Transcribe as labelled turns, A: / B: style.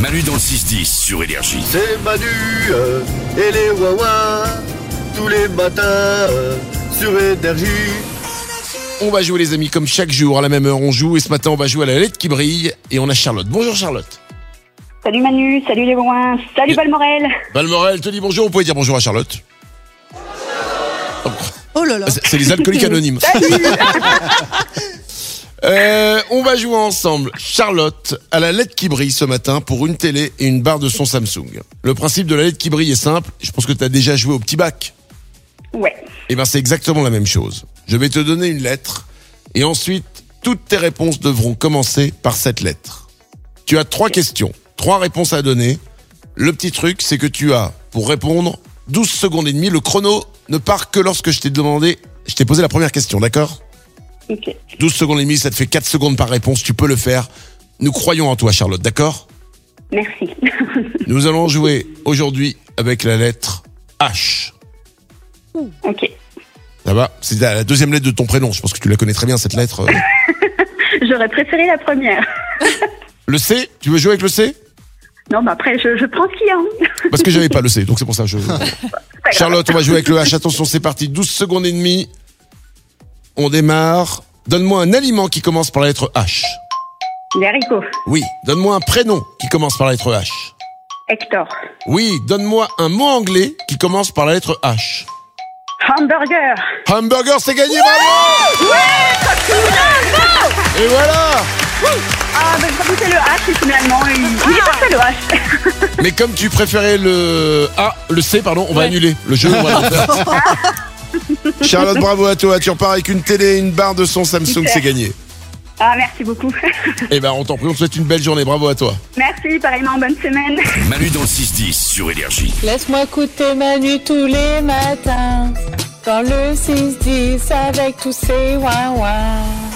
A: Manu dans le 6-10 sur Énergie.
B: C'est Manu euh, et les Wawa tous les matins euh, sur Énergie.
C: On va jouer les amis comme chaque jour à la même heure on joue et ce matin on va jouer à la lettre qui brille et on a Charlotte. Bonjour Charlotte.
D: Salut Manu, salut les Bouins, salut
C: Et-
D: Balmorel.
C: Balmorel te dit bonjour, vous pouvez dire bonjour à Charlotte.
E: Oh là là.
C: C'est c'est les alcooliques anonymes. Euh, on va jouer ensemble, Charlotte, à la lettre qui brille ce matin pour une télé et une barre de son Samsung. Le principe de la lettre qui brille est simple, je pense que tu as déjà joué au petit bac.
D: Ouais,
C: Eh ben c'est exactement la même chose. Je vais te donner une lettre et ensuite toutes tes réponses devront commencer par cette lettre. Tu as trois questions, trois réponses à donner. Le petit truc, c'est que tu as pour répondre 12 secondes et demie. Le chrono ne part que lorsque je t'ai demandé, je t'ai posé la première question, d'accord
D: ok.
C: 12 secondes et demie, ça te fait 4 secondes par réponse, tu peux le faire. Nous croyons en toi Charlotte, d'accord
D: Merci.
C: Nous allons jouer aujourd'hui avec la lettre H.
D: ok.
C: Ça va C'est la la deuxième lettre de ton prénom, je pense que tu la connais très bien cette lettre. euh.
D: J'aurais préféré la première.
C: Le C Tu veux jouer avec le C
D: Non, mais après, je, je prends ce qu'il y a. hein.
C: Parce que j'avais pas le C, donc c'est pour ça que je... Charlotte, on va jouer avec le H. Attention, c'est parti. 12 secondes et demie. On démarre. Donne-moi un aliment qui commence par la lettre H.
D: Les haricots.
C: Oui. Donne-moi un prénom qui commence par la lettre H.
D: Hector.
C: Oui. Donne-moi un mot anglais qui commence par la lettre H.
D: Hamburger.
C: Hamburger, c'est gagné, bravo Et voilà
D: Ah, ben, ça coûtait le H, et finalement. Il, il est passé le H.
C: Mais comme tu préférais le A, le C, pardon, on va annuler le jeu. on va le faire. Charlotte, bravo à toi. Tu repars avec une télé et une barre de son Samsung, c'est gagné.
D: Ah, merci beaucoup.
C: Eh ben, on t'en prie, on te souhaite une belle journée. Bravo à toi.
D: merci, pareillement, bonne semaine.
A: Manu dans le 6-10 sur Énergie.
F: Laisse-moi écouter Manu tous les matins dans le 6-10 avec tous ces ouin-ouin.